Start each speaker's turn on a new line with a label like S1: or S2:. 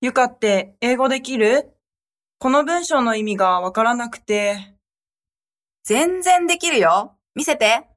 S1: ゆかって英語できるこの文章の意味がわからなくて。
S2: 全然できるよ。見せて。